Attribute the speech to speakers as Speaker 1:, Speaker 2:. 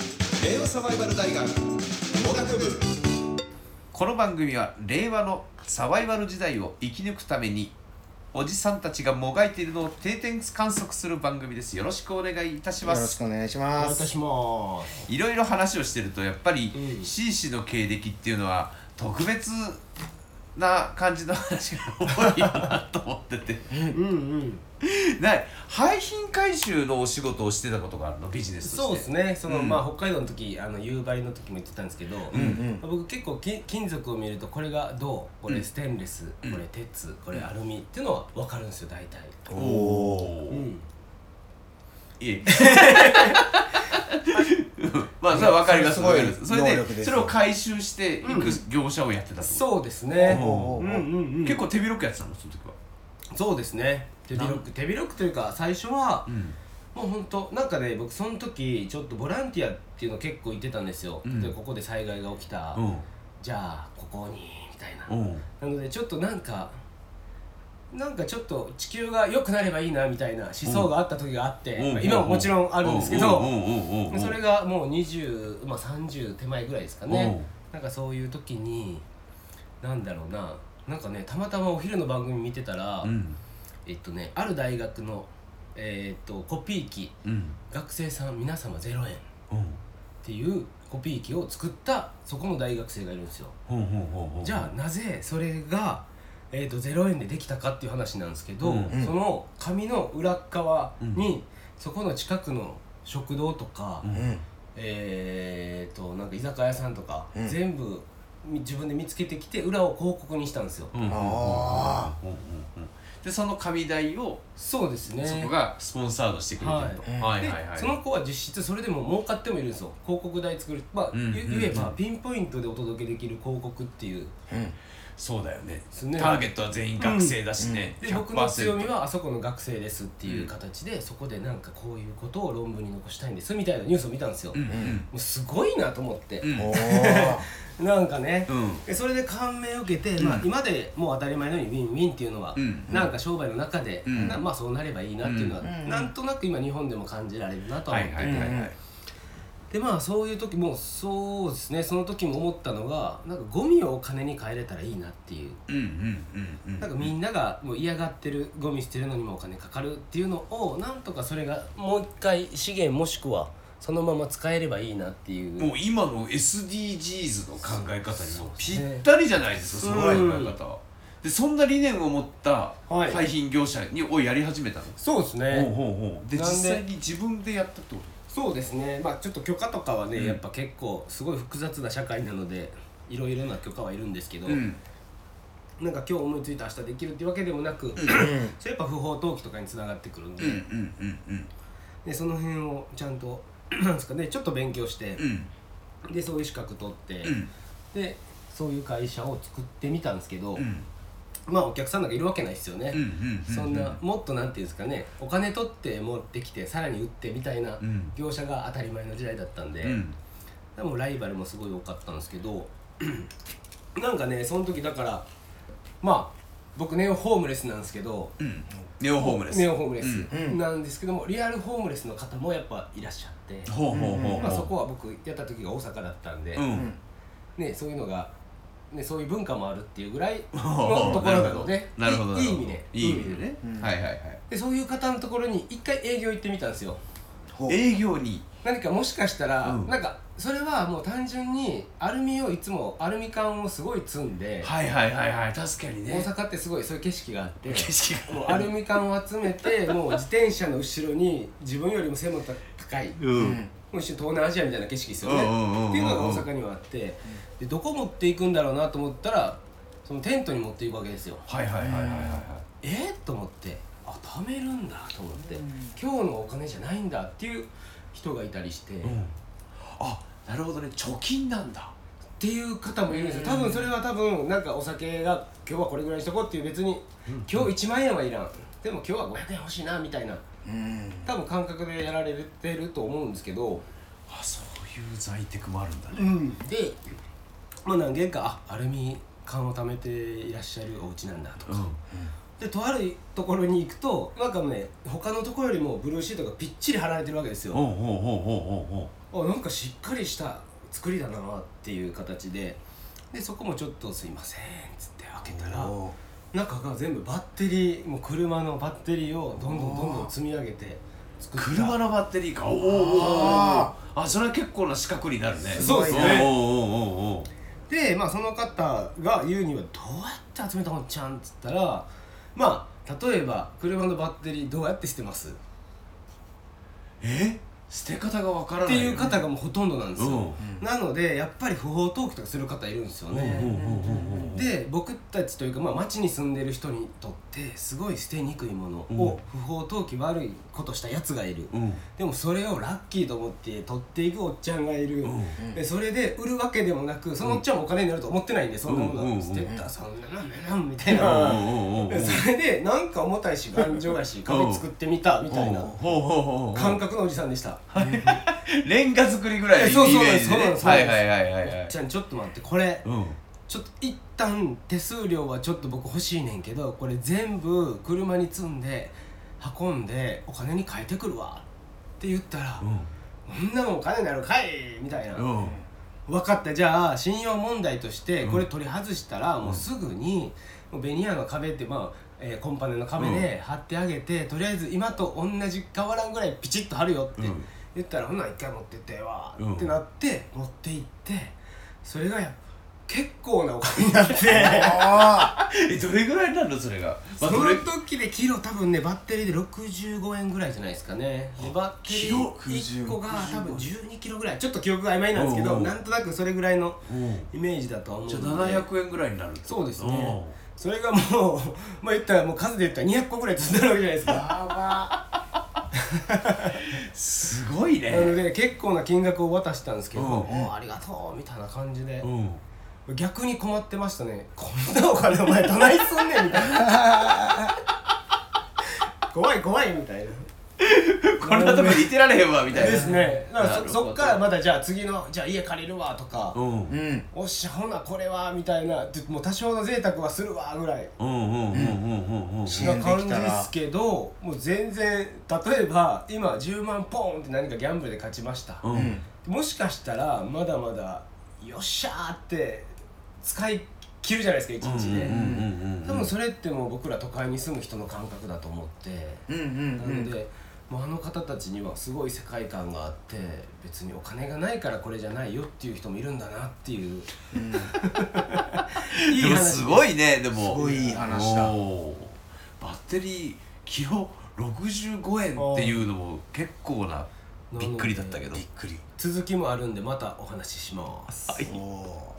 Speaker 1: オサバイバル大学工学部
Speaker 2: この番組は令和のサバイバル時代を生き抜くためにおじさんたちがもがいているのを定点観測する番組ですよろしくお願いいたしま
Speaker 3: よろし
Speaker 2: す
Speaker 3: くお願いし
Speaker 4: お願
Speaker 3: ま
Speaker 4: いいた
Speaker 3: す
Speaker 4: します
Speaker 2: いろいろ話をしてるとやっぱり
Speaker 4: うん
Speaker 2: C 氏の経歴っていうのは特別な感じの話が多いよなと思って て
Speaker 4: うんうん
Speaker 2: ない廃品回収のお仕事をしてたことがあるのビジネスとして
Speaker 4: そうですねその、
Speaker 2: うん
Speaker 4: まあ北海道の時あの夕張の時も言ってたんですけど、
Speaker 3: うん
Speaker 4: 僕結構き金属を見るとこれが銅これステンレス、これ鉄これアルミっていうのは分かるんですよ大体、
Speaker 2: おお、
Speaker 4: うん、
Speaker 2: いえまあそれは分かります
Speaker 3: そ
Speaker 2: 分
Speaker 3: れすごい
Speaker 2: かりますそれ
Speaker 3: 能
Speaker 2: で
Speaker 3: 力です
Speaker 2: それを回収していく業者をやってたと、
Speaker 4: そうです
Speaker 3: お
Speaker 4: ね
Speaker 3: お
Speaker 4: う
Speaker 3: お
Speaker 4: んうんうん
Speaker 2: 結構手広くやってたのその時は、
Speaker 4: そうですね手広く手広くというか最初は
Speaker 2: うん
Speaker 4: もうほんとなんかね僕その時ちょっとボランティアっていうの結構行ってたんですよ、
Speaker 2: うん
Speaker 4: でここで災害が起きた、
Speaker 2: うん
Speaker 4: じゃあここにみたいな、
Speaker 2: うん
Speaker 4: なのでちょっとなんかなんかちょっと地球が良くなればいいなみたいな思想があった時があって、まあ今ももちろんあるんですけど、
Speaker 2: うんうんうんうんうん
Speaker 4: それがもう20、まあ、30手前ぐらいですかね、なんかそういう時になんだろうななんかねたまたまお昼の番組見てたら、
Speaker 2: うん
Speaker 4: えっとねある大学の、えーっとコピー機
Speaker 2: うん
Speaker 4: 学生さん皆様0円っ
Speaker 2: うん
Speaker 4: ていうコピー機を作ったそこの大学生がいるんですよ。
Speaker 2: ほうほうほうほう
Speaker 4: じゃあなぜそれが、えー、と0円でできたかっていう話なんですけど、
Speaker 2: うん
Speaker 4: その紙の裏っ側に、
Speaker 2: う
Speaker 4: そこの近くの食堂とか、
Speaker 2: うん
Speaker 3: うん
Speaker 4: えー、となんか居酒屋さんとか、
Speaker 3: うん
Speaker 4: 全部み自分で見つけてきて裏を広告にしたんですよ、
Speaker 2: うんうんうん
Speaker 3: あ
Speaker 2: うんうんうんでその紙代を
Speaker 4: そうですね
Speaker 2: そこがスポンサードしてくれてると、
Speaker 3: は
Speaker 4: でその子は実質それでも儲かってもいるんですよ広告代作るまあ、
Speaker 2: うん
Speaker 4: ゆ
Speaker 2: うんうん
Speaker 4: 言えばピンポイントでお届けできる広告っていう
Speaker 3: うん
Speaker 2: そうだよね
Speaker 4: すね
Speaker 2: ターゲットは全員学生だしね、
Speaker 4: で僕の強み
Speaker 2: 100%
Speaker 4: はあそこの学生ですっていう形で、そこでなんかこういうことを論文に残したいんですみたいなニュースを見たんですよ、
Speaker 2: うん
Speaker 4: も
Speaker 2: うん
Speaker 4: うすごいなと思って、
Speaker 2: うん
Speaker 3: おお
Speaker 4: なんかね、
Speaker 2: うん
Speaker 4: でそれで感銘を受けて、まあ、今でもう当たり前のようにウィンウィンっていうのは、
Speaker 2: うん
Speaker 4: なんか商売の中で、
Speaker 2: うん
Speaker 4: なまあそうなればいいなっていうのは、
Speaker 2: うん
Speaker 4: なんとなく今日本でも感じられるなとは
Speaker 2: は
Speaker 4: 思っ
Speaker 2: い
Speaker 4: て、
Speaker 2: はいはいはい
Speaker 4: でまあそういう時もそうですねその時も思ったのがなんかゴミをお金に変えれたらいいなっていう
Speaker 2: うんうんうんうん
Speaker 4: なんかみんながもう嫌がってるゴミ捨てるのにもお金かかるっていうのをなんとかそれがもう一回資源もしくはそのまま使えればいいなっていう
Speaker 2: もう今の SDGs の考え方にもぴったりじゃないですかそ
Speaker 4: そう
Speaker 2: の
Speaker 4: で
Speaker 2: 考え
Speaker 4: すね
Speaker 2: 方は、でそんな理念を持った
Speaker 4: はい
Speaker 2: 廃品業者にをやり始めたの、
Speaker 4: そうです
Speaker 2: ほうほうほうで
Speaker 4: なんで
Speaker 2: 実際に自分でやったってこ
Speaker 4: そうですねまあちょっと許可とかはね、
Speaker 2: うん
Speaker 4: やっぱ結構すごい複雑な社会なのでいろいろな許可はいるんですけど、
Speaker 2: とうん
Speaker 4: なんか今日思いついた明日できるっていうわけでもなく、それやっぱ不法投棄とかにつながってくるんで,、
Speaker 2: うんうんうんうん
Speaker 4: でその辺をちゃんと なんですかねちょっと勉強して
Speaker 2: う、ん
Speaker 4: でそういう資格取って、
Speaker 2: うん
Speaker 4: でそういう会社を作ってみたんですけど、
Speaker 2: うん
Speaker 4: まあお客さんなんかいるわけないですよね、
Speaker 2: うんうんうん
Speaker 4: そんなもっとなんていうんですかねお金取って持ってきてさらに売ってみたいな
Speaker 2: うん
Speaker 4: 業者が当たり前の時代だったんで、
Speaker 2: うん
Speaker 4: でもライバルもすごい多かったんですけど なんかねその時だからまあ僕ネオホームレスなんですけど
Speaker 2: うんネオホームレス
Speaker 4: ネオホームレス
Speaker 3: うんうん
Speaker 4: なんですけども、リアルホームレスの方もやっぱいらっしゃって、
Speaker 2: ほうほうほうほう
Speaker 4: まあ、そこは僕やった時が大阪だったんで、
Speaker 2: うん
Speaker 3: うん
Speaker 4: ね、そういうのが、ね、そういう文化もあるっていうぐらい の
Speaker 2: ほうほ
Speaker 4: と
Speaker 2: う
Speaker 4: ころなので
Speaker 2: なるほどない
Speaker 4: い
Speaker 2: る
Speaker 4: いい
Speaker 2: ほど
Speaker 4: 意味で
Speaker 2: いい意味でね、
Speaker 3: うん
Speaker 2: はいはいはい
Speaker 4: でそういう方のところに一回営業行ってみたんですよ
Speaker 3: ほう
Speaker 2: 営業に
Speaker 4: 何かもしかしたら、
Speaker 2: うん
Speaker 4: なんかそれはもう単純にアルミをいつもアルミ缶をすごい積んで、
Speaker 2: はいはいはいはい確かに
Speaker 4: 大阪ってすごいそういう景色があって
Speaker 2: 景色
Speaker 4: もう
Speaker 2: が
Speaker 4: アルミ缶を集めてもう自転車の後ろに自分よりも背も高いも
Speaker 2: うん
Speaker 3: う
Speaker 2: うん
Speaker 3: ん
Speaker 4: う一種東南アジアみたいな景色ですよ
Speaker 2: うんうんうんうんうん
Speaker 4: ねっていうのが大阪にはあってでどこ持っていくんだろうなと思ったらそのテントに持っていくわけですよ
Speaker 2: はいはいはいはいはいは
Speaker 4: えー、と思ってあ貯めるんだと思って、今日のお金じゃないんだっていう人がいたりして、
Speaker 2: い、う
Speaker 4: っ
Speaker 2: ん、あなるほどね貯金なんだ
Speaker 4: ていう方もいるんですよ多分それは多分なんかお酒が今日はこれぐらいにしとこうっていう別に今日1万円はいらんでも今日は500円欲しいなみたいな
Speaker 3: うん
Speaker 4: 多分感覚でやられてると思うんですけど、
Speaker 2: あそういう在宅もあるんだね
Speaker 4: でまあ何軒かあアルミ缶を貯めていらっしゃるお家なんだとか
Speaker 2: うん
Speaker 4: でとあるところに行くとなんかね他のところよりもブルーシートがぴっちり貼られてるわけですよ
Speaker 2: おうおうおうおうおうおう
Speaker 4: あなんかしっかりした作りだなっていう形ででそこもちょっと「すいません」っつって開けたら
Speaker 2: おー
Speaker 4: 中が全部バッテリーもう車のバッテリーをどんどんどんどん積み上げて作った
Speaker 2: 車のバッテリーかおーおーおーおーあそれは結構な資格になるね
Speaker 4: そうですね
Speaker 2: おーおーおーおー
Speaker 4: で、まあ、その方が言うにはどうやって集めたのちゃんっつったらまあ例えば車のバッテリーどうやって捨てますっ
Speaker 2: え捨て方がわからな
Speaker 4: て
Speaker 2: いよ
Speaker 4: いう方がもうほとんどなんです
Speaker 2: うん
Speaker 4: よ、なのでやっぱり不法投棄とかする方いるんですよね、
Speaker 2: うんうんうんうんうん
Speaker 4: で僕たちというか、まあ、町に住んでる人にとってすごい捨てにくいもの
Speaker 2: うん
Speaker 4: を不法投棄悪いことしたやつがいる、
Speaker 2: うん
Speaker 4: でもそれをラッキーと思って取っていくおっちゃんがいる、
Speaker 2: うん
Speaker 4: でそれで売るわけでもなくそのおっちゃんもお金になると思ってないんでそんなも
Speaker 2: うんうんう
Speaker 4: の
Speaker 2: ん
Speaker 4: は捨てたそんなのなんなんみたいな、
Speaker 2: うんうんうんうん
Speaker 4: でそれでなんか重 たいし頑丈やし壁作ってみたみたいな
Speaker 2: ほうほうほうほう
Speaker 4: 感覚のおじさんでした、
Speaker 2: レンガ作りぐらい
Speaker 4: えそう
Speaker 2: のイ
Speaker 4: そう
Speaker 2: メージ
Speaker 4: そうなん
Speaker 2: ね
Speaker 4: ですそう
Speaker 2: は
Speaker 4: な
Speaker 2: いはい
Speaker 4: んです
Speaker 2: はいはいは
Speaker 4: おっ
Speaker 2: い
Speaker 4: ちゃんちょっと待ってこれ
Speaker 2: うん
Speaker 4: ちょっと一旦手数料はちょっと僕欲しいねんけどこれ全部車に積んで運んでお金に変えてくるわって言ったら「こんなもんお金になるかい!」みたいな
Speaker 2: うんうん
Speaker 4: 分かったじゃあ信用問題としてこれ取り外したらもうすぐにもうベニヤの壁ってまあ、えーコンパネの壁で貼ってあげて、とりあえず今と同じ変わらんぐらいピチッと貼るよって
Speaker 2: うん
Speaker 4: 言ったら、ほんなら一回持ってってええわ
Speaker 2: うん
Speaker 4: ってなって持って行ってそれがや結構なお金になって
Speaker 2: えどれぐらいになるのそれがま
Speaker 4: そ
Speaker 2: あ
Speaker 4: の
Speaker 2: どれ
Speaker 4: 時でキロ多分ねバッテリーで65円ぐらいじゃないですかねでバッテリ
Speaker 2: キロ
Speaker 4: ー1個が多分12キロぐらいちょっと記憶が曖昧なんですけ
Speaker 2: うん
Speaker 4: ど
Speaker 2: うん
Speaker 4: なんとなくそれぐらいの。
Speaker 2: うん
Speaker 4: イメージだとは思う
Speaker 2: じゃあ
Speaker 4: ので
Speaker 2: 700円ぐらいになるってこと
Speaker 4: そうですねそれがもう まあ言ったらもう数で言ったら200個ぐらい積んでるわけじゃないですか
Speaker 2: うんすごい
Speaker 4: なの
Speaker 2: ね
Speaker 4: で結構な金額を渡したんですけど
Speaker 2: う
Speaker 4: 「
Speaker 2: ん
Speaker 4: おうありがとう」みたいな感じで
Speaker 2: うん
Speaker 4: 逆に困ってましたねこんなお金お前どないすんねんみたいな 怖い怖いみたいな
Speaker 2: こんなとこにいてられへんわみたいな
Speaker 4: ですねだから
Speaker 2: なるほ
Speaker 4: そ
Speaker 2: ど
Speaker 4: そっからまたじゃあ次のじゃあ家借りるわとか、
Speaker 2: うんうん
Speaker 1: うん
Speaker 4: おっしゃほなこれはみたいなでもう多少の贅沢はするわぐらい
Speaker 2: うんうんうんうんうん
Speaker 1: し
Speaker 4: な感じですけどもう全然例えば今10万ポンって何かギャンブルで勝ちました、
Speaker 2: うん
Speaker 1: うん
Speaker 4: もしかしたらまだまだよっしゃーって使い切るじゃないですか1日で、
Speaker 2: うんうんうんうん
Speaker 4: 多分それってもう僕ら都会に住む人の感覚だと思って、
Speaker 1: うんう
Speaker 4: なの
Speaker 1: ん
Speaker 4: で、もうあの方たちにはすごい世界観があって別にお金がないからこれじゃないよっていう人もいるんだなっていう、 いい
Speaker 2: でも
Speaker 4: 話
Speaker 2: すごいねでも
Speaker 1: すごいいい話だ
Speaker 2: おーバッテリーキロ65円っていうのも結構なびっくりだったけど
Speaker 1: びっくり
Speaker 4: 続きもあるんでまたお話しします
Speaker 1: おー